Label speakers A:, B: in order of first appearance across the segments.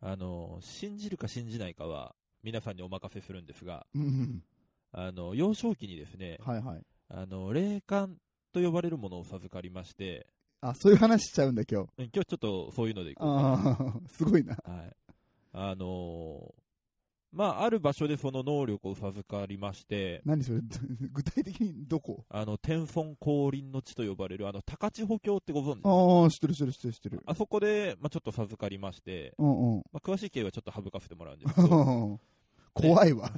A: あの、信じるか信じないかは、皆さんにお任せするんですが、
B: うん。
A: あの、幼少期にですね、
B: はいはい。
A: あの、霊感と呼ばれるものを授かりまして、
B: あ、そういう話しちゃうんだ、今日。
A: うん今日ちょっとそういうのでいこうか
B: ああ、すごいな。
A: な。はい。あのーまあ、ある場所でその能力を授かりまして、
B: 何それ、 具体的にどこ
A: あの、天孫降臨の地と呼ばれる、あの、高千穂峡ってご存知
B: ああ、知ってる知ってる知ってる知ってる。
A: あそこで、まあ、ちょっと授かりまして、
B: うん うん。
A: まあ、詳しい経緯はちょっと省かせてもらうんですけど、
B: 怖いわ。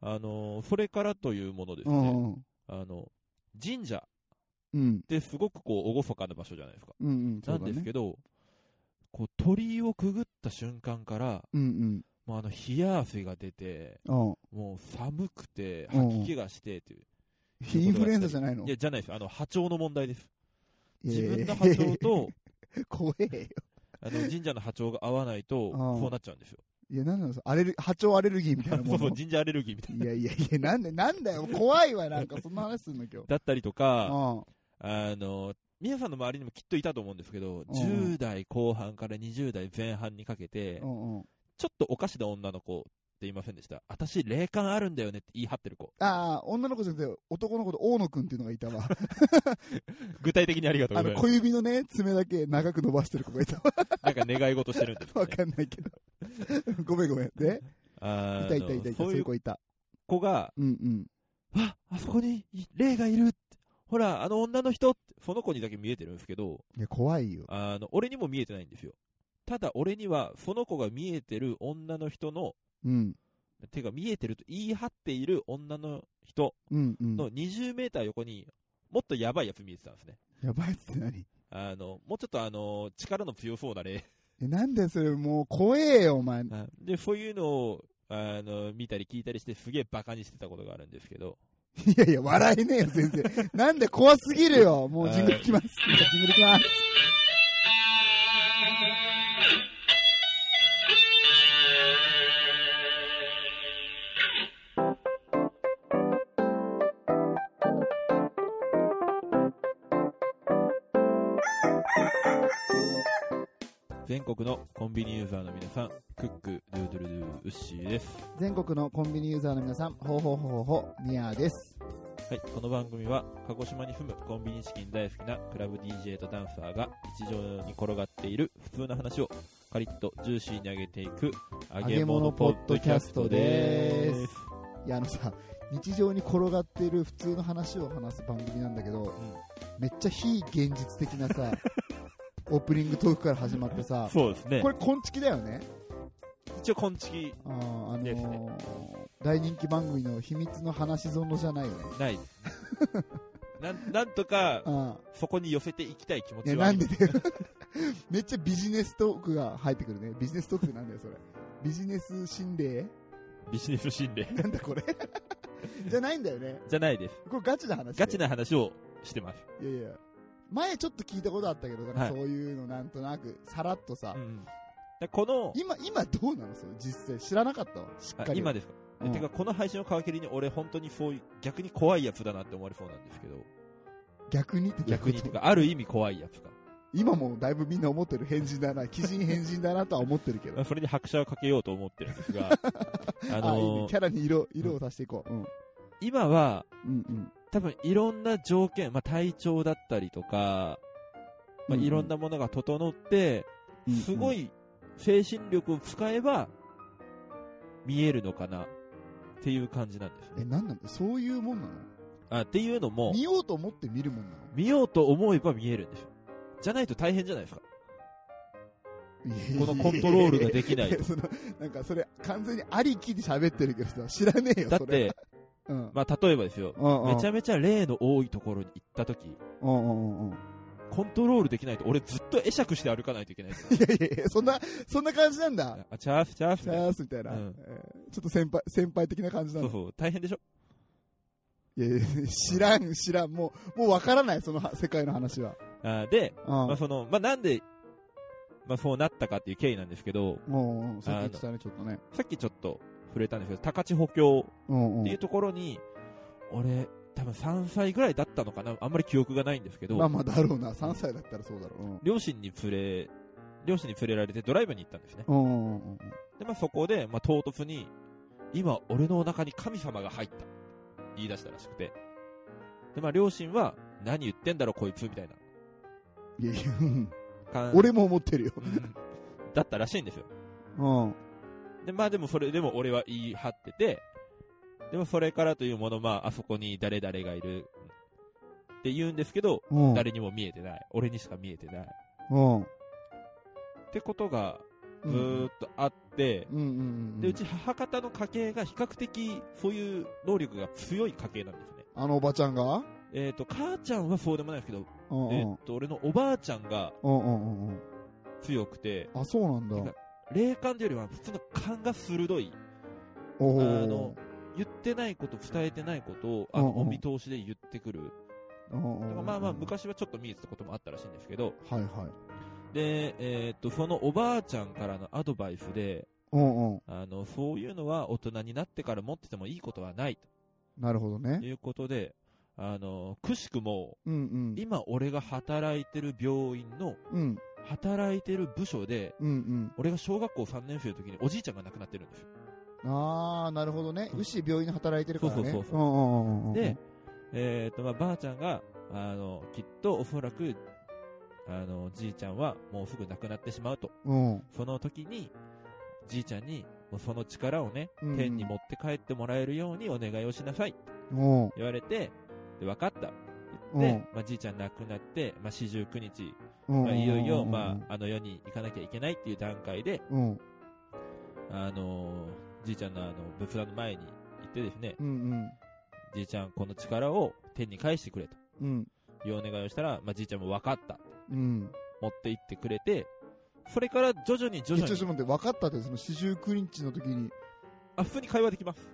A: あのーそれからというものです
B: う
A: ね、
B: んうん。
A: あの、神社
B: うん
A: ってすごくこう、厳かな場所じゃないですか。
B: うんうん。そ
A: な
B: うんだ
A: です
B: ね。
A: けど、こう、鳥居をくぐった瞬間から、
B: うん
A: もうあの、冷や汗が出て、
B: うん。あ
A: もう寒くて、
B: うん
A: 吐き気がしてっていう。
B: あインフルエンザじゃないの
A: いや、じゃないです。あの、波長の問題です。
B: ええ
A: 自分の波長と、
B: 怖えよ。
A: あの、神社の波長が合わないと、
B: うん
A: そうなっちゃうんですよ。
B: いや、なんなのそれアレル波長アレルギーみたい
A: そ
B: な も
A: うそう、
B: の。
A: 神社アレルギーみたいな。
B: いやいやいや、なんで、なんだよ。怖いわ、なんか、そんな話すんの、今日。
A: だったりとか、
B: あ
A: あの、皆さんの周りにもきっといたと思うんですけど、
B: ん
A: 10代後半から20代前半にかけて
B: あ、うんうん。
A: ちょっとおかしな女の子って言いませんでした。私、霊感あるんだよねって言い張ってる子。
B: ああ、女の子じゃなくて、男の子で大野くんっていうのがいたわ。
A: 具体的にありがとう
B: あ
A: ござ
B: の、
A: います。
B: 小指のね、爪だけ長く伸ばしてる子がいたわ。
A: なんか願い事してるんですよ
B: わ
A: ね。
B: かんないけど。 ごめんごめん。で、い
A: あ
B: た
A: の
B: いたいたいた、
A: そ
B: そうう
A: い
B: いうう子いた。
A: 子が、
B: うんうん。
A: あ、あそこに霊がいるってほら、あの女の人って、その子にだけ見えてるんですけど、
B: いや、怖いよ。
A: あの、俺にも見えてないんですよ。ただ俺には、その子が見えてる女の人の、
B: うん。
A: てか見えてると言い張っている女の人
B: うんうん。
A: の20メーター横に、もっとやばいやつ見えてたんですね。
B: やばいっつって何
A: あの、もうちょっとあの、力の強そうな霊。
B: え、なんでそれ、もう怖えよ、お前。
A: で、そういうのを、あの、見たり聞いたりして、すげえバカにしてたことがあるんですけど、
B: いやいや、笑えねえよ、全 然。なんで怖すぎるよ。もうジングルきます。ジングルきます。
A: 全国のコンビニユーザーの皆さん、クック、ドゥードゥルドゥー、ウッシーです。
B: 全国のコンビニユーザーの皆さん、ほうほうほうほう、ミアです。
A: はい、この番組は鹿児島に住むコンビニチキン大好きなクラブ DJ とダンサーが日常のように転がっている普通の話をカリッとジューシーに上げていく揚
B: げ物ポッドキャストです
A: す。
B: いや、あのさ、日常に転がっている普通の話を話す番組なんだけど、めっちゃ非現実的な さ、オープニングトークから始まってさ、
A: そうですね
B: こ。れ、昆虫だよね。
A: 一応昆虫
B: あーあのー
A: ですね
B: 大人気番組の秘密の話ぞのじゃないよね。
A: ない。 なんなんとか
B: あ
A: そこに寄せていきたい気持
B: ーい
A: ち
B: や、
A: は
B: な
A: あ
B: ん
A: り
B: で
A: ます。
B: だよ。 めっちゃビジネストークが入ってくるね。ビジネストークってなんだよ、それ。ビジネス心霊
A: ビジネス心霊
B: なんだこれ じゃないんだよね。
A: じゃないです。
B: これガチな話だよ
A: ガチな話をしてます。
B: いやいや。前ちょっと聞いたことあったけど、なんか
A: はい
B: そういうのなんとなく、さらっとさ、
A: うんでこの、
B: 今、今どうなのそれ実際知らなかったわ。しっ
A: あ
B: かり。
A: 今ですか、
B: うん
A: てかこの配信を皮切りに俺本当にそういう逆に怖いやつだなって思われそうなんです けど。
B: 逆にってどういうこ
A: 逆
B: と
A: にとか、ある意味怖いやつか。
B: 今もだいぶみんな思ってる変人だな、鬼人変人だなとは思ってるけど。
A: それに拍車をかけようと思ってるんです が、あ
B: あいいね
A: の
B: キャラに色、色を足していこう。うん。
A: 今は、
B: うんうん。
A: 多分いろんな条件、まあ、体調だったりとか、まあ、
B: うんうん
A: いろんなものが整って、
B: うんうん
A: すごい精神力を使えば、見えるのかなっていう感じなんです
B: え、
A: ね。
B: なんなんだそういうもんなの
A: あっていうのも、
B: 見ようと思って見るもんな
A: 見ようと思えば見えるんですよ。じゃないと大変じゃないですか。
B: の
A: このコントロールが
B: で
A: できないと。
B: その、なんかそれ、完全にありきで喋ってるけどさ、知らねえよ、
A: だっ
B: それ。
A: て、
B: うん。
A: まあ、例えばですよ。
B: うんうん
A: めちゃめちゃ霊の多いところに行った時
B: うんうんうんうん。
A: コントロールできないと、俺ずっと会釈して歩かないといけないです
B: いやいやいや、そんな、そんな感じなんだ。
A: あ、チャーフ、チャーフ
B: チ。ャースみたいな。
A: うん
B: えーちょっと先輩、先輩的な感じな
A: そう
B: の。
A: そう、大変でしょ
B: いやいや、知らん、知らん。もう、もうわからない、そのは世界の話は。
A: あで、
B: うん
A: まあその、まあなんで、まあそうなったかっていう経緯なんですけど、
B: うんうんうん、さっき言ってたね、ちょっとね。
A: さっきちょっと触れたんですけど、高千穂峡
B: うんう。
A: っていうんところに、俺、多分3歳ぐらいだったのかなあんまり記憶がないんですけど、
B: まあまあだろうな、3歳だったらそうだろう。うん
A: 両親に連れ両親に連れられてドライブに行ったんですね。
B: うんうんうん
A: で、まあ、そこで、まあ、唐突に、今、俺のお腹に神様が入った。言い出したらしくて。で、まあ、両親は、何言ってんだろ、こいつ、みたいな
B: うんいやいやうん
A: 感
B: 俺も思ってるよ
A: うんだったらしいんですよ。
B: うん
A: で、まあでもそれでも俺は言い張ってて、でもそれからというもの、まあ、あそこに誰々がいるって言うんですけど、
B: うん
A: 誰にも見えてない。俺にしか見えてない。
B: うん
A: ってことが、ず
B: うん
A: ーっとあって、
B: うんうんう
A: で、うんち母方の家系が比較的、そういう能力が強い家系なんですね。
B: あのおばちゃんが
A: えっ、と、母ちゃんはそうでもないですけど、
B: うんう
A: えっ、
B: ん
A: と、俺のおばあちゃんが
B: うんうんうんうん
A: 強くて、
B: あそうなんだ
A: てか霊感というよりは普通の勘が鋭い。
B: おお
A: あの言ってないこと、伝えてないことを、あ
B: うん
A: の、
B: うん
A: お見通しで言ってくる。だからまあまあ、昔はちょっと見えてたこともあったらしいんですけど、
B: はいはい
A: で、えっと、そのおばあちゃんからのアドバイスで、
B: うんうん
A: あの、そういうのは大人になってから持っててもいいことはない、
B: なるほど
A: と
B: ね
A: いうことで、あの、くしくも、
B: うんうん
A: 今俺が働いてる病院の、
B: うん
A: 働いてる部署で、
B: うん
A: 俺が小学校3年生の時におじいちゃんが亡くなってるんですよ。
B: うんああなるほどね
A: うん
B: 牛病院で働いてるからね
A: そうそうそうそ
B: んうんうんうん
A: で、えっ、と、まあ、ばあちゃんが、あの、きっとおそらく、あの、じいちゃんはもうすぐ亡くなってしまうと。
B: うん
A: その時に、じいちゃんに、もうその力をね、
B: うん
A: 天に持って帰ってもらえるようにお願いをしなさいって
B: うん
A: 言われて、で、分かった。
B: うん
A: で、まあ、じいちゃん亡くなって、まあ、四十九日、
B: うん
A: まあ、いよいよ、まあ、あの世に行かなきゃいけないっていう段階で、
B: うんうん
A: あのじいちゃんのあの、仏壇の前に行ってですね、
B: うん
A: じいちゃんこの力を天に返してくれと。
B: うん
A: いうお願いをしたら、まあ、じいちゃんも分かった。
B: うん
A: 持って行ってくれて、それから徐々に徐
B: 一
A: 々
B: 応ちょっと
A: に、
B: 待って分かったってその四十九日の時に
A: あ、普通に会話できます。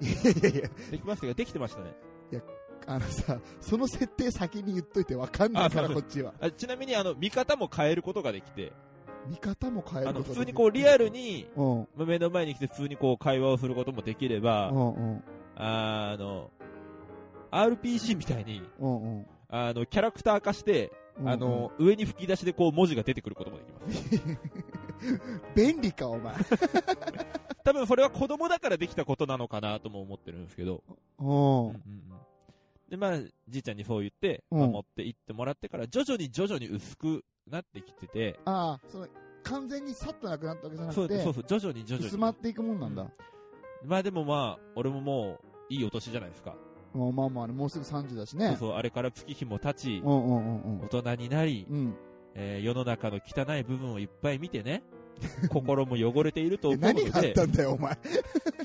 B: いやいやいや
A: できますけど、できてましたね。
B: あのさその設定先に言っといて分かんないから
A: あそう
B: こ
A: そ
B: っちは
A: あちなみに、あの、見方も変えることができて、
B: 見方も変え
A: あの、
B: ること
A: 普通にこう、リアルに、
B: うんうん
A: まあ目の前に来て普通にこう、会話をすることもできれば
B: う、ん
A: あの、RPG みたいに、
B: うんうん
A: あの、キャラクター化して、
B: うん
A: あの、上に吹き出しでこう、文字が出てくることもできます。
B: 便利かお前
A: 多分それは子供だからできたことなのかなとも思ってるんですけど、
B: うん
A: うんうんうんで、まあ、じいちゃんにそう言って、
B: うん
A: まあ持って行ってもらってから、徐々に徐々に薄くなってきてて、
B: ああその完全にさっとなくなったわけじゃな
A: そ
B: く
A: うそう
B: て
A: そう、徐々に徐々
B: 薄
A: に。
B: まっていくもんなんだ、
A: まあでもまあ、俺ももう、いいお年じゃないですか。
B: もうまあまあねもうすぐ30だし
A: そう
B: ね
A: そう、あれから月日も経ち、
B: うんうんうんうん
A: 大人になり、
B: うん
A: えー世の中の汚い部分をいっぱい見て ね、心も汚れていると
B: え
A: 思う
B: 何が
A: の
B: あっ
A: で、
B: たんだよお前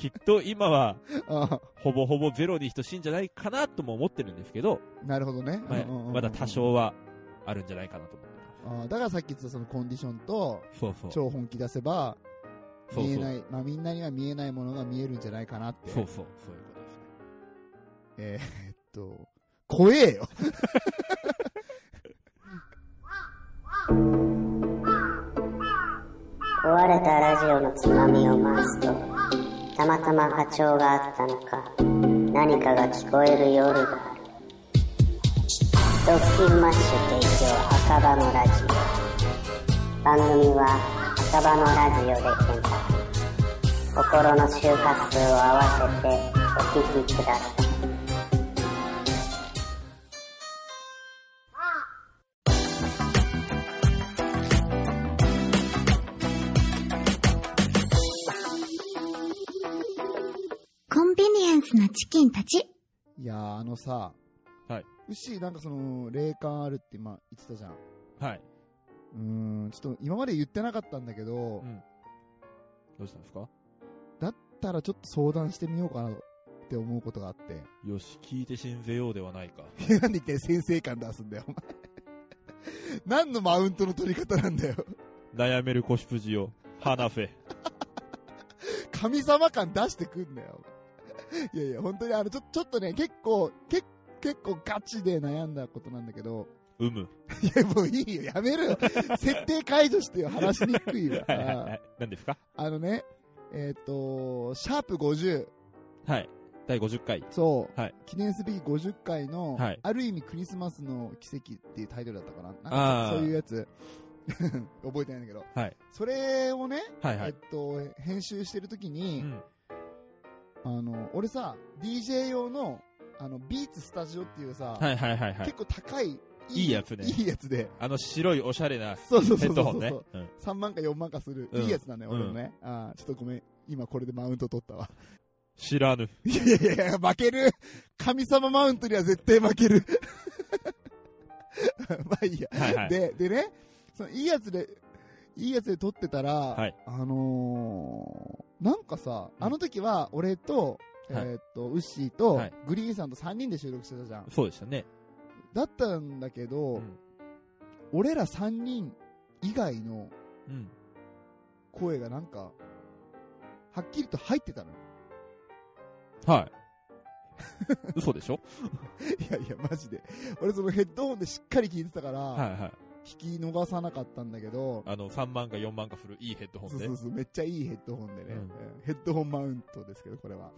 A: きっと今は、
B: あ
A: ほぼほぼゼロに等しいんじゃないかなとも思ってるんですけど、
B: あなるほどね、
A: まあ
B: うんうんうんうん
A: まだ多少はあるんじゃないかなと思ってま
B: ああだからさっき言ってたそのコンディションと
A: す。そうそう。
B: 超本気出せば
A: そう
B: 見え
A: そう
B: ないまあ、みんなには見えないものが見えるんじゃないかなって
A: そうそう、そういうことですね。
B: えーっと怖えよ
C: 壊れたラジオのつまみを回すとたまたま波長があったのか何かが聞こえる夜がある「ドッキンマッシュ提供赤羽のラジオ」番組は赤羽のラジオで検索心の周波数を合わせてお聞きください
D: コンビニエンスなチキンたち。
B: いやーあのさ
A: はい
B: 牛なんかその霊感あるって今言ってたじゃん
A: はい。
B: うーんちょっと今まで言ってなかったんだけど、
A: うんどうしたんですか
B: だったらちょっと相談してみようかなって思うことがあって。
A: よし、聞いて信ぜようではないか。
B: いやなんで言って先生感出すんだよ、お前。 何のマウントの取り方なんだよ。
A: 悩める子羊よ、花フェ。
B: 神様感出してくんなよ、お前いやいや、本当にあの、ちょ、ちょっとね、結構、け結構ガチで悩んだことなんだけど、
A: うむ。
B: いや、もういいよ、やめろよ。設定解除してよ、話しにくいわ。
A: はいはいはい。何ですか
B: あのね、えっ、と、シャープ50、
A: はい。第50回。
B: そう、
A: はい
B: 記念すべき50回の、
A: はい
B: ある意味クリスマスの奇跡っていうタイトルだったかななん
A: あー
B: かそういうやつ 覚えてないんだけど、
A: はい。
B: それをね、
A: はいは
B: えっ
A: い。
B: と、編集してるとき
A: う
B: に、
A: ん。
B: あの、俺さ、DJ 用の、あの、ビーツスタジオっていうさ、
A: はいはいはいはい
B: 結。構高い、い
A: いいやつね
B: いいやつで、
A: あの白いおしゃれな
B: そうそう
A: ヘ
B: そう
A: ッ
B: そ
A: ドホン
B: う そう、
A: ね。うん
B: 3万か4万かする、
A: うん
B: いいやつなんだよ、
A: うん
B: 俺のね。あーちょっとごめん、今これでマウント取ったわ。
A: 知らぬ。
B: いやいやいや、負ける神様マウントには絶対負ける。 まあいいや。
A: はいはい。
B: で、でね、そのいいやつで、いいやつで撮ってたら、
A: はい
B: あのー、なんかさ、
A: うん
B: あの時は俺と、
A: はい
B: えーっと、ウッシーと、
A: はい
B: グリーンさんと3人で収録してたじゃん。
A: そうでしたね。
B: だったんだけど、
A: うん
B: 俺ら3人以外の
A: うん。
B: 声がなんか、はっきりと入って たのよ。
A: はい。嘘でしょ
B: いやいや、マジで。俺そのヘッドホンでしっかり聞いてたから、
A: はいはい。
B: 聞き逃さなかったんだけど、
A: あの、3万か4万かするいいヘッドホ
B: そ
A: ン
B: う
A: で
B: そう。そう、めっちゃいいヘッドホンでね、
A: うん
B: えーヘッドホンマウントですけど、これは。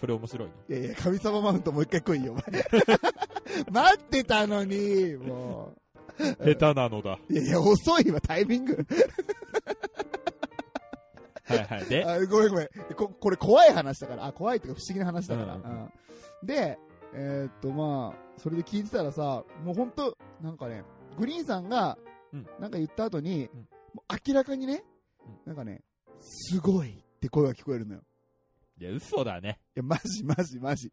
A: それ面白いの。
B: いやいや、神様マウントもう一回来いよ、お前。待ってたのに、も
A: 下手なのだ。
B: う。いやいや、遅いわ、タイミング。
A: はいはい。で、
B: あごめんごめんこ。これ怖い話だから。あ、怖いっていうか不思議な話だから。
A: う
B: うんんで、えーっと、まあ、それで聞いてたらさ、もうほんと、なんかね、グリーンさんが
A: うん、
B: なんか言った後に、
A: うん
B: もう明らかにね
A: うん、
B: なんかね、すごいって声が聞こえるのよ。
A: いや、嘘だね。
B: いや、マジマジマジ。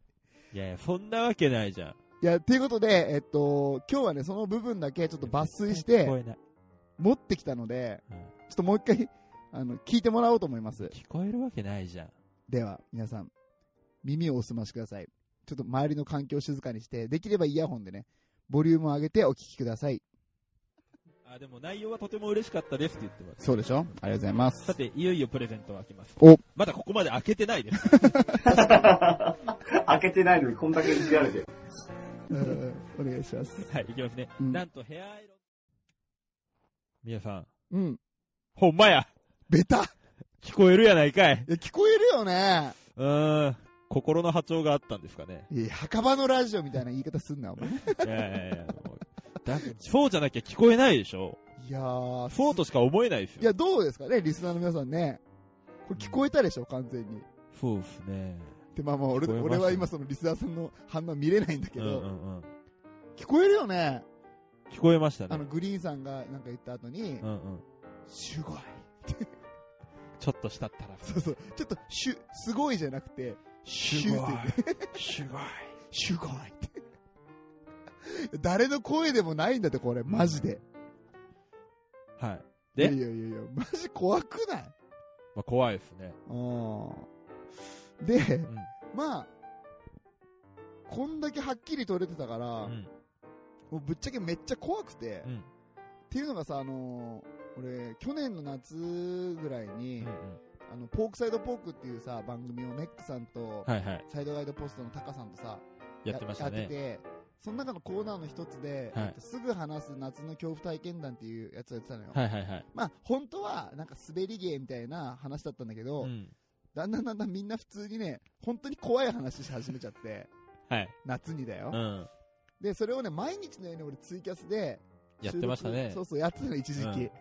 A: いやいや、そんなわけないじゃん。
B: いや、ということで、えっと、今日はね、その部分だけちょっと抜粋して
A: 聞、こえない。
B: 持ってきたので、
A: うん
B: ちょっともう一回、あの、聞いてもらおうと思います。
A: 聞こえるわけないじゃん。
B: では、皆さん、耳をお澄ましください。ちょっと周りの環境を静かにして、できればイヤホンでね、ボリュームを上げてお聞きください。
A: あ、でも内容はとても嬉しかったですって言ってます。
B: そうでしょありがとうございます。
A: さて、いよいよプレゼントを開けます。
B: お
A: まだここまで開けてないです。
E: 開けてないのにこんだけいじられて。
B: うんお願いします。
A: はい、いきますね。
B: うん
A: なんとヘアアイロン。皆さん、
B: うん。
A: ほんまや
B: ベタい
A: 聞こえるやないかい
B: や、聞こえるよね
A: うーん、心の波長があったんですかね。
B: いや、墓場のラジオみたいな言い方すんな、お前。
A: いやいやいやもうだそうじゃなきゃ聞こえないでしょ。
B: いやー、す
A: そうとしか思えないです
B: い
A: よ。
B: や、どうですかね、リスナーの皆さんね。これ聞こえたでしょ、完全に。
A: そうですね。
B: で、まあまあ、俺、
A: 聞こえました
B: 俺は今そのリスナーさんの反応見れないんだけ
A: うん
B: ど、
A: うんうん。
B: 聞こえるよね。
A: 聞こえました
B: あ
A: ね
B: の、。グリーンさんがなんか言った後に
A: う、んうん。
B: すごい。
A: ちょっとしたったら、
B: そうそう。ちょっと、しゅ、すごいじゃなくて、
A: すごい
B: シューって。
A: すごい。
B: すごいって。 誰の声でもないんだって、これ、マジで。
A: はい。
B: い
A: で
B: やいやいやいや、マジ怖くない
A: まあ、怖いですね。
B: うん。で
A: う、ん。
B: まあ、こんだけはっきり取れてたから、
A: うん。
B: もうぶっちゃけめっちゃ怖くて、
A: うん
B: っていうのがさ、あのー俺、去年の夏ぐらいに、
A: うんうん。
B: あの、ポークサイドポークっていうさ、番組をメックさんと、
A: はいはい。
B: サイドガイドポストのタカさんとさ、
A: やってました
B: やって
A: ね。
B: て、その中のコーナーの一つで、
A: はい
B: えっとすぐ話す夏の恐怖体験談っていうやつをやってたのよ。
A: はいはいはい。
B: まあ、本当は、なんか滑り芸みたいな話だったんだけど、
A: うん。
B: だんだんだんだんみんな普通にね、本当に怖い話し始めちゃって、
A: はい。
B: 夏にだよ。
A: うん。
B: で、それをね、毎日のように俺ツイキャスで、
A: やってましたね
B: 収録。そうそう、やってたの、一時期。
A: うん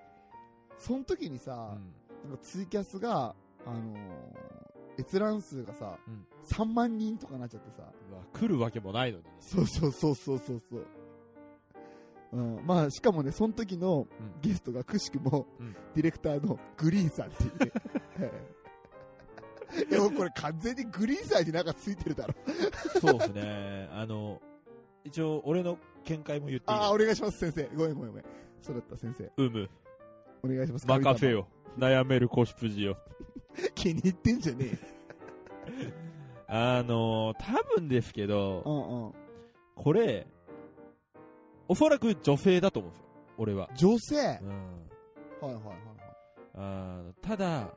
B: その時にさ、なんかツイキャスが、あのー閲覧数がさ、
A: うん
B: 3万人とかなっちゃってさ、
A: うんうわ来るわけもないのにね。
B: そうそうそうそうそうそう。うん、まあ、しかもね、その時の
A: うん
B: ゲストがくしくも、
A: うん
B: ディレクターのグリーンさんっていうね。 えもうこれ完全にグリーンさんになんかついてるだろ。
A: そうですね。 あの、一応、俺の見解も言っていい
B: ああ、お願いします、先生。ごめんごめんごめん。そうだった、先生。
A: うむ。
B: お願いします。
A: 任せ
B: よ。
A: よ。悩める子羊よ。
B: 気に入ってんじゃねえよ。
A: あのー、多分ですけ
B: う
A: ど、
B: んうん。
A: これ、おそらく女性だと思うんですよ。俺は。
B: 女性。はい
A: うん。
B: はいはいはい。
A: あーただ、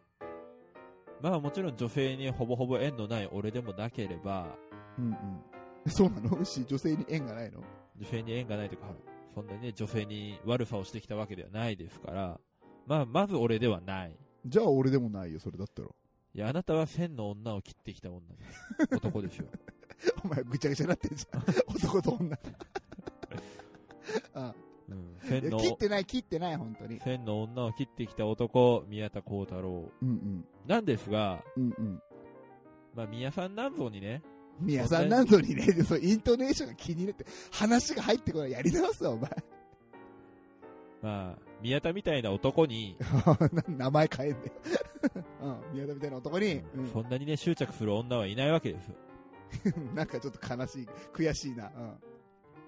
A: まあもちろん女性にほぼほぼ縁のない俺でもなければ、
B: うんうん。そうなの 牛、女性に縁がないの
A: 女性に縁がないというか、そんなにね、女性に悪さをしてきたわけではないですから、まあまず俺ではない。
B: じゃあ俺でもないよ、それだったら。
A: いや、あなたは千の女を切ってきた女です。男です よ。
B: お前ぐちゃぐちゃになってんじゃん。男と女。あ
A: うん、千
B: いや
A: の、
B: 切ってない、切ってない、本当に。
A: 千の女を切ってきた男、宮田幸太郎。
B: うんうん。
A: なんですが、
B: うんうん。
A: まあ、宮さんなんぞにね、
B: 宮さんなんぞにね、 そうイントネーションが気に入れて、話が入ってこない。やり直すわ、お前。
A: まあ、宮田みたいな男 に、
B: 名前変えんだよ。 うん、宮田みたいな男に、うん
A: そんなにね、執着する女はいないわけです。っ
B: なんかちょっと悲しい、悔しいな。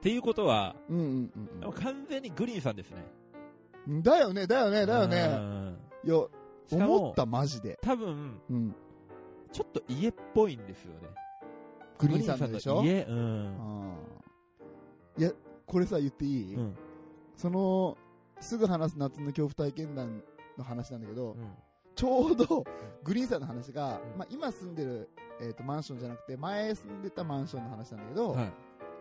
A: ていうことは、
B: うん、うん、うんうんうん
A: 完全にグリーンさんですね。
B: うんだよね、だよね、だよ
A: う
B: ね。
A: ん。
B: いや、
A: しかも
B: 思った、マジで。
A: 多分、
B: うん。
A: ちょっと家っぽいんですよね。
B: グリーンさんのでしょ
A: グリーンさんの家、
B: うんいや、これさ、言っていい、
A: うん。うん。
B: その、すぐ話す夏の恐怖体験談の話なんだけど、
A: うん。
B: ちょうど、グリーンさんの話が、
A: うん
B: まあ、今住んでる、えー、とマンションじゃなくて、前住んでたマンションの話なんだけど、
A: はい。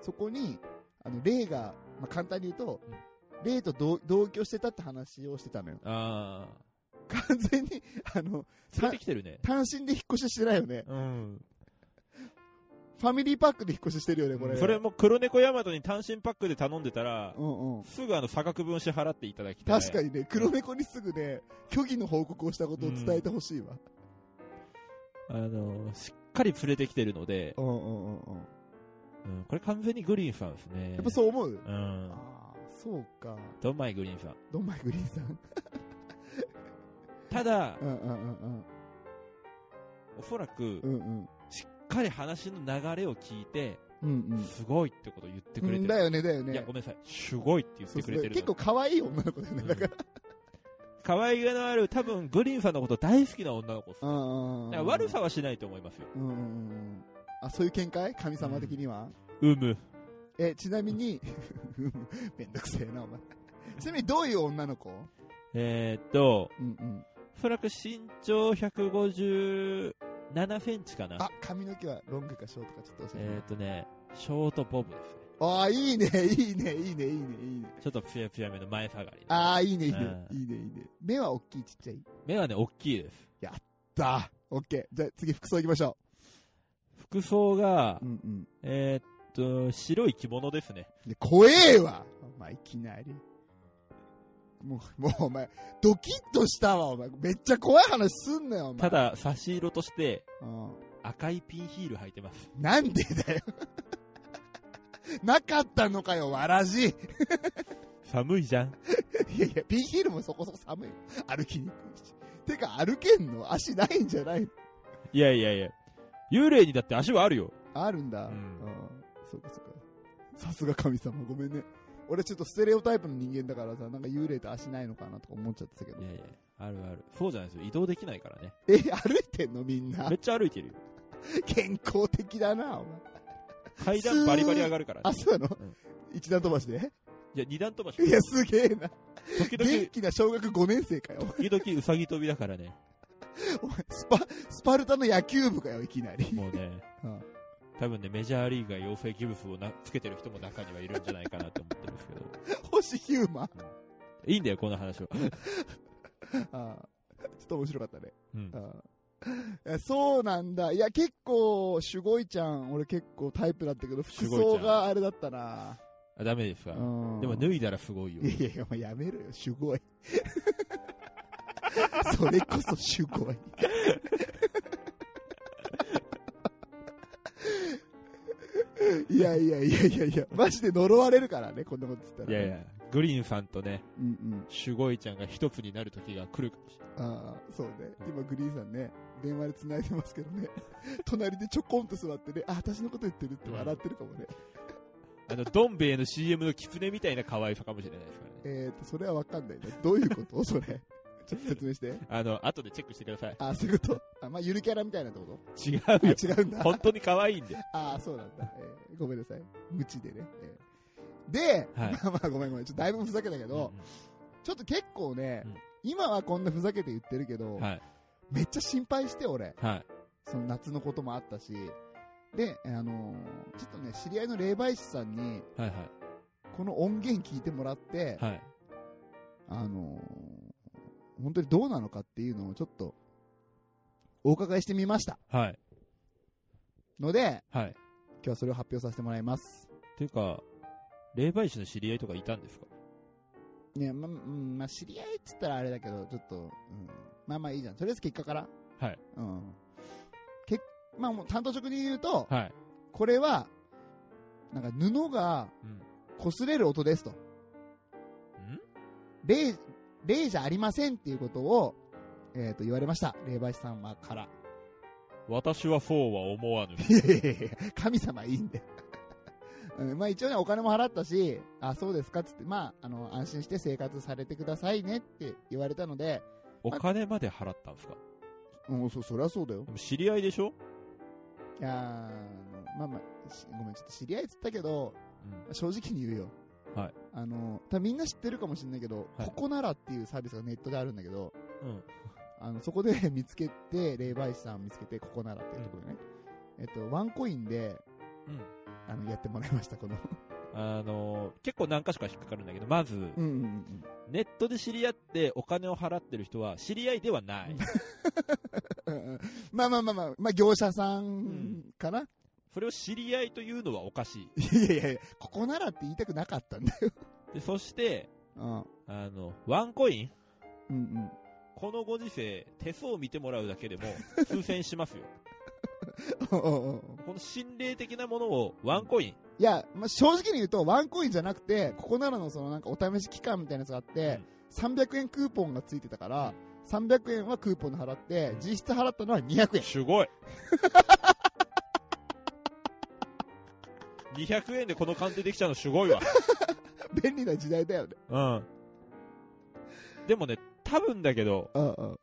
B: そこに、あの、レイが、まあ、簡単に言うと
A: うん、
B: レイと同同居してたって話をしてたのよ。
A: ああ。
B: 完全に、あの、
A: 連れてきてるね。
B: 単身で引っ越ししてないよね。
A: うん。
B: ファミリーパックで引っ越ししてるよね、これ。
A: それも黒猫ヤマトに単身パックで頼んでたら、
B: うんうん。
A: すぐあの差額分支払っていただきたい。
B: 確かにね、黒猫にすぐね、虚偽の報告をしたことを伝えてほしいわ。
A: あの、しっかり連れてきてるので、
B: うんうんうんうん。
A: うん、これ完全にグリーンさんですね。
B: やっぱそう思う、
A: う。ん。
B: ああ、そうか。
A: ドンマイグリーンさん。
B: ドンマイグリーンさん。
A: ただ
B: う、んうんうんうん。
A: おそらく
B: う、んうん。
A: しっかり話の流れを聞いて、
B: うんうん。
A: すごいってことを言ってくれ
B: うん
A: て
B: だ
A: る。
B: よね、だよね。
A: いや、ごめんなさい。すごいって言っ
B: そう
A: て
B: そ
A: く
B: う
A: れてる。
B: 結構可愛い女の子だよね、だから。
A: 可愛げのある、多分、グリーンさんのこと大好きな女の子っす
B: う
A: だか
B: んうんうん
A: ら悪さはしないと思いますよ。
B: うんうんうんうん。あ、そういう見解神様的には、
A: うむ。
B: え、ちなみに、 めんどくせえな、お前。 ちなみにどういう女の子
A: えーっと、
B: うんうん。
A: おそらく身長157センチかな
B: あ。、髪の毛はロングかショートかちょっと教えて。
A: えーっとね、ショートボブですね。
B: ああ、いいね、いいね、いいね、いいね、いいね。
A: ちょっとつやつやめの前下がり。
B: ああ、いいね、いいね
A: うん、
B: いいね、いいね。目は大きい、ちっちゃい。
A: 目はね、大きいです。
B: だ、オッケー。じゃあ次、服装行きましょ
A: 服装が
B: う。う、んうん。
A: えーっと、白い着物ですね。
B: で、怖えわお前、いきなり。もう、もうお前、ドキッとしたわ、お前。めっちゃ怖い話すんなよ、お前。
A: た、だ、差し色として、
B: うん。
A: 赤いピンヒール履いてます。
B: なんでだよ。 なかったのかよ、わらじ。い
A: 寒いじゃん。
B: やいや、ピンヒールもそこそこ寒いよ。歩きにくいし。てか、歩けんの足ないんじゃない
A: いやいやいや。幽霊にだって足はあるよ。
B: あるんだ。
A: う
B: うんん。そうかそうか。さすが神様、ごめんね。俺ちょっとステレオタイプの人間だからさ、なんか幽霊と足ないのかなとか思っちゃってたけど
A: い。やいや、あるある。そうじゃないですよ。移動できないからね。
B: え、歩いてんのみんな
A: め。っちゃ歩いてるよ。
B: 健康的だな、お前。
A: 階段バリバリ上がるから、
B: あ、
A: ね。
B: そうなの、
A: うん
B: 一段飛ばしで
A: いや、二段飛ばし。
B: いや、すげえな。
A: 時
B: 元
A: 々、
B: 気な小学5年生かよ。
A: 時々うさぎ飛びだからね。
B: お前、スパ、スパルタの野球部かよ、いきなり。
A: もうね
B: うん。
A: 多分ね、メジャーリーガー養成ギブスをなつけてる人も中にはいるんじゃないかなと思ってますけど。
B: 星ヒューマン。
A: いいんだよ、この話は。
B: ああちょっと面白かったね。
A: うん。
B: ああいやそうなんだ。いや、結構、守護イちゃん、俺結構タイプだったけど、服
A: 守護
B: 装
A: 井ちゃ
B: があれだったな。
A: あダメですか。
B: うん
A: でも脱いだらすごいよ
B: い。やいやいや、お前やめろよ、守護医。 それこそ守護医。いやいやいやいやいや、マジで呪われるからね、こんなこと言ったら、
A: いやい。や、グリーンさんとね、
B: うんうん。
A: 守護医ちゃんが一つになる時が来るかもしれない。
B: ああ、そうね。今、グリーンさんね、電話で繋いでますけどね、隣でちょこんと座ってね、あ、私のこと言ってるって笑ってるかもね。
A: あの、どん兵衛の CM の狐みたいな可愛さかもしれないですからね。
B: えーと、それはわかんないね。どういうことそれ。ちょっと説明して。
A: あの、後でチェックしてください。
B: ああ、そういうことあ、まあ、ゆるキャラみたいなってこと
A: 違
B: あ
A: うよ。
B: 違うんだ。
A: 本当に可愛いんで。
B: ああ、そうなんだ、えーごめんなさい。無知でね。えーで、
A: はい
B: まあまあごめんごめん。ちょっとだいぶふざけたけど、ちょっと結構ね、
A: うん
B: 今はこんなふざけて言ってるけど、
A: はい。
B: めっちゃ心配して俺。
A: はい。
B: その夏のこともあったし。で、あのーちょっとね、知り合いの霊媒師さんに、
A: はい。はい。
B: この音源聞いてもらって、
A: はい。
B: あのー本当にどうなのかっていうのをちょっと、お伺いしてみました。
A: はい。
B: ので、
A: はい。っ
B: 今日はそれを発表させてもらいます。
A: ていうか、霊媒師の知り合いとかいたんですか
B: ね、ま、うん、まあ、知り合いっつったらあれだけど、ちょっと、うん、まあまあいいじゃん。とりあえず結果から。
A: はい。
B: うん。けまあもう担当職に言うと、
A: はい。
B: これは、なんか布が
A: うん。
B: 擦れる音ですと。
A: ん
B: 例、例じゃありませんっていうことを、えっ、と、言われました。霊媒師さんはから。
A: 私はそうは思わぬ。
B: いやいやいや神様いいんだよ。 うんまあ一応ね、お金も払ったし、あ、そうですかっつって、まあ、あの、安心して生活されてくださいねって言われたので、
A: お金まで払ったんですか
B: うん、そ、そりゃそうだよ
A: で。も知り合いでしょ
B: いやーあのまあまあ、しごめん、ちょっと知り合いっつったけど、
A: うん。
B: 正直に言うよ。
A: はい。
B: あの、多分みんな知ってるかもしれないけど、
A: はい
B: ここならっていうサービスがネットであるんだけど、
A: うん。
B: あの、そこで 見つけて、霊媒師さんを見つけて、ここならっていうところでね、えっと、ワンコインで、
A: うん。
B: あの、やってもらいました、この。
A: あのー結構何か所か引っかかるんだけど、まず、
B: うんうんうん。
A: ネットで知り合ってお金を払ってる人は知り合いではない。
B: うんうん まあまあまあまあ、まあ業者さんかな、
A: それを知り合いというのはおかしい。
B: いやいやいや、ここならって言いたくなかったんだよ。
A: で、そして、
B: うん。うん
A: あの、ワンコイン
B: うん。
A: このご時世、手相を見てもらうだけでも数千しますよ。
B: おうおうおう
A: この心霊的なものをワンコイン。
B: いや、まあ、正直に言うと、ワンコインじゃなくて、ここならのそのなんかお試し期間みたいなやつがあって、300円クーポンがついてたから、300円はクーポンで払って、
A: うん
B: 実質払ったのは200円。
A: すごい !200 円でこの鑑定できちゃうのすごいわ。
B: 便利な時代だよね。
A: うん。でもね、多分だけど、
B: うんうん。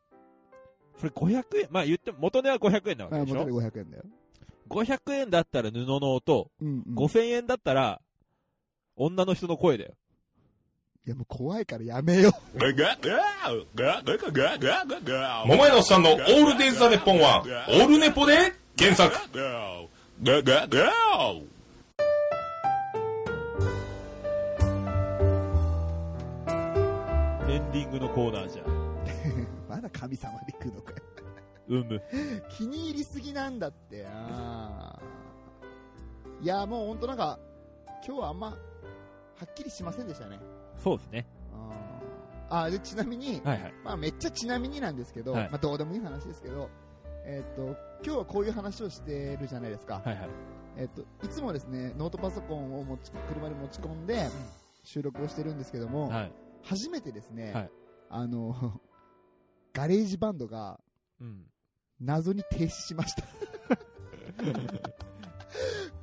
A: それ500円、まあ言っても元値は500円なわけ
B: あ、
A: でし
B: 元
A: ょ
B: で500円だよ。
A: 500円だったら布の音、
B: うん、うん。い
A: 5000円だったら、女の人の声だよ。
B: や、もう怖いからやめよう。
F: 桃井のおっさんのオールデイズ・ザ・ネッポンは、オールネポで検索。
A: エンディングのコーナーじゃん。
B: まだ神様で行くのかよ。
A: うむ。
B: 気に入りすぎなんだってな。いや、もうほんとなんか、今日はあんま、はっきりしませんでしたね。
A: そうですね。
B: あーあ、で、ちなみに、
A: はいはい。
B: まあめっちゃちなみになんですけど、
A: はい
B: まあどうでもいい話ですけど、えっと、今日はこういう話をしてるじゃないですか。
A: はいはい。
B: えっと、いつもですね、ノートパソコンを持ち、車に持ち込んで、収録をしてるんですけども、
A: はい。
B: 初めてですね、
A: はい
B: あの、 ガレージバンドが
A: うん。
B: 謎に停止し ました。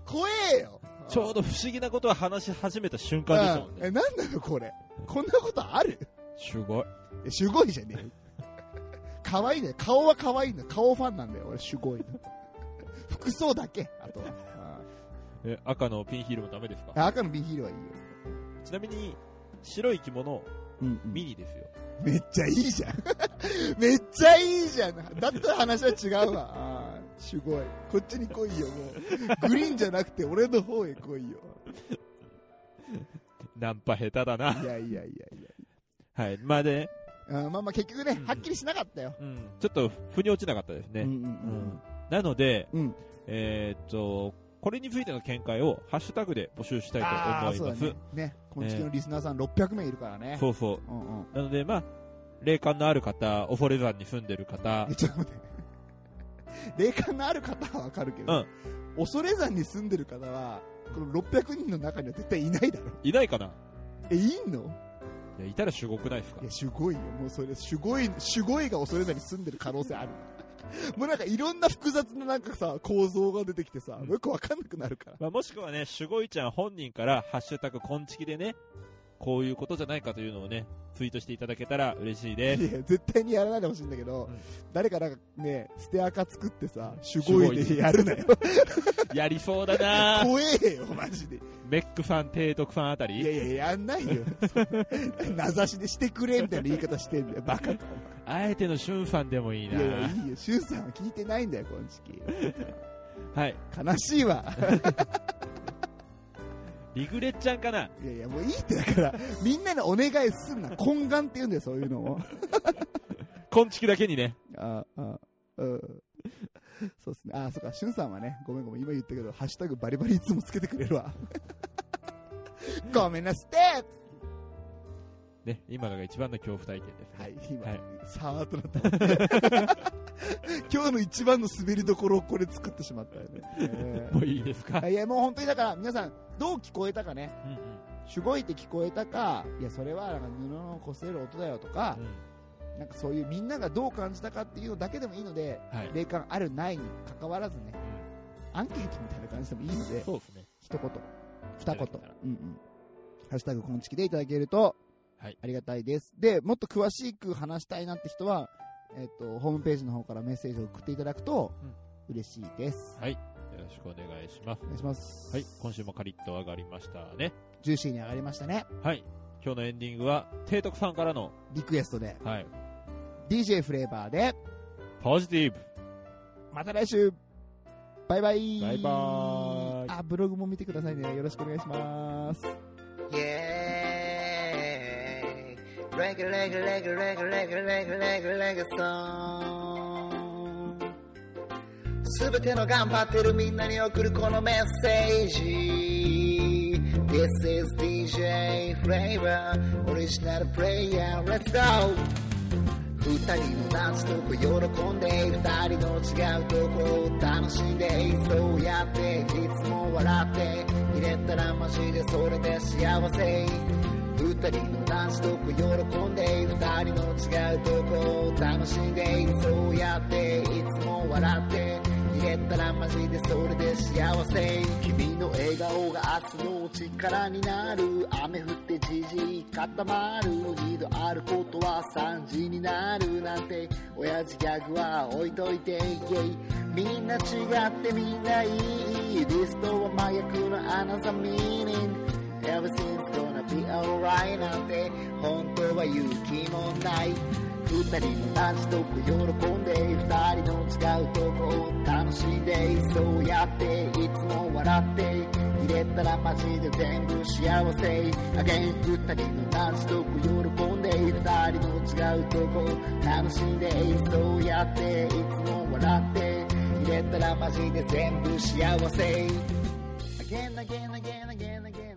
B: 怖えよ
A: ちょうど不思議なことを話し始めた瞬間でしたもん
B: うんえ、
A: ね。
B: なんだよこれ。こんなことある
A: すごい。
B: え、すごいじゃねえよ。可愛いね。顔は可愛いの。顔ファンなんだよ、俺、すごいの。服装だけ、あとは。
A: え、赤のピンヒールもダメですか
B: あ赤のビンヒールはいいよ。
A: ちなみに、白い着物、
B: うんうん
A: ミニですよ。
B: めっちゃいいじゃん。 めっちゃいいじゃん。だったら話は違うわ。あーすごい。こっちに来いよ、もう。グリーンじゃなくて、俺の方へ来いよ。
A: ナンパ下手だ
B: い
A: な。
B: やいやい
A: はい。まあね、
B: やいや。あーまあまあ、結局ね
A: うん、
B: はっきりしなかったよ。
A: うん。ちょっと、腑に落ちなかったですね。
B: うん
A: うんなので、
B: うん
A: えーっと、これについての見解をハッシュタグで募集したい
B: ああー、
A: と
B: そ
A: 思いま
B: うだ
A: す。そう
B: ね。ね。この地球のリスナーさん600名いるからね。
A: そう
B: うんうん。
A: なので、まあ、霊感のある方、恐れ山に住んでる 方
B: え、ちょっと待って。 霊感のある方はわかるけど、
A: うん
B: 恐山に住んでる方は、この600人の中には絶対いないだろ。
A: いないかな
B: え、いんの
A: いや、いたらすごくないですか
B: いや、すごいよ。もうそれ、すごい、すごいが恐山に住んでる可能性ある。 もうなんかいろんな複雑ななんかさ、構造が出てきてさ、
A: うん
B: よくわかんなくなるから。
A: まあ、もしくはね、すごいちゃん本人から、ハッシュタグ、こんちきでね、こういうことじゃないかというのをね、ツイートしていただけたら嬉しい
B: い
A: です。
B: や、絶対にやらないでほしいんだけど、
A: うん
B: 誰かなんかね、捨て垢作ってさ、すごいでやるなよ。
A: やりそうだなぁ
B: 怖えよ、マジで。
A: メックさん、提督さんあた
B: いや
A: り
B: いや、やんないよ。 名指しでしてくれみたいな言い方してんだよ、バカか。
A: あえてのしゅんさんでもいい
B: い
A: な
B: やいや、
A: ぁ
B: いいよ、シュンさんは聞いてないんだよ、この時期。
A: はい。
B: 悲しいわ。
A: リグレッちゃんかない
B: やいや、もういいって、だから、みんなにお願いすんな。懇願って言うんだよ、そういうのを。
A: こんちきだけにね。
B: ああ、うん。そうっすね。あ、そっか、シュンさんはね、ごめんごめん、今言ったけど、ハッシュタグバリバリいつ もつけてくれるわ。ごめんなすって
A: ね、今のが一番の恐怖体験です、ね。
G: はい、今、
A: はい
G: さーっとなった。 今日の一番の滑りどころをこれ作ってしまったよね。え
A: もういいですか、
G: ーいや、もう本当にだから、皆さん、どう聞こえたかね。
A: うんうん
G: しゅごいて聞こえたか、いや、それはなんか布の擦れる音だよとか、なんかそういうみんながどう感じたかっていうのだけでもいいので、
A: うんはい。
G: 霊感あるないに関わらずね、アンケートみたいな感じでもいいので、
A: そうですね。
G: 一言、二言
A: いただけたら、
G: うんうん。ハッシュタグ、こんちきでいただけると、
A: はい
G: ありがたいです。で、もっと詳しく話したいなって人は、えっ、と、ホームページの方からメッセージを送っていただくと、嬉しいです。
A: はい。よろしくお願いします
G: お。願いします。
A: はい。今週もカリッと上がりましたね。
G: ジューシーに上がりましたね。
A: はい。今日のエンディングは、提督さんからの、
G: リクエストで、
A: はい。
G: DJ フレーバーで、
A: ポジティブ。
G: また来週バイバイ
A: バイバイ
G: あ、ブログも見てくださいね。よろしくお願いします。
B: Yay! Reggae, reggae, reggae, reggae, reggae, reggae, reggae, reggae song. すべての頑張ってるみんなに送るこのメッセージ。This is DJ Flavor Original Player. Let's go! 二人のダンスとこ喜んで二人の違うとこを楽しんでそうやっていつも笑って入れたらマジでそれで幸せ二人のダンスとこ喜んで二人の違うとこを楽しんでそうやっていつも笑って入れたらマジでそれで幸せ君の笑顔が明日の力になる雨降ってじじい固まる二度あることは3時になるなんて親父ギャグは置いといてイェイみんな違ってみんないいリストは真逆のアナザーミーニング Everything's gonna be alright なんて本当は勇気もない二人のダンスとこ喜んで二人の違うとこを楽しんでそうやっていつも笑って入れたらマジで全部幸せ Again 二人のダンスとこ喜んで二人の違うとこ楽しんでそうやっていつも笑って入れたらマジで全部幸せ Again again again again again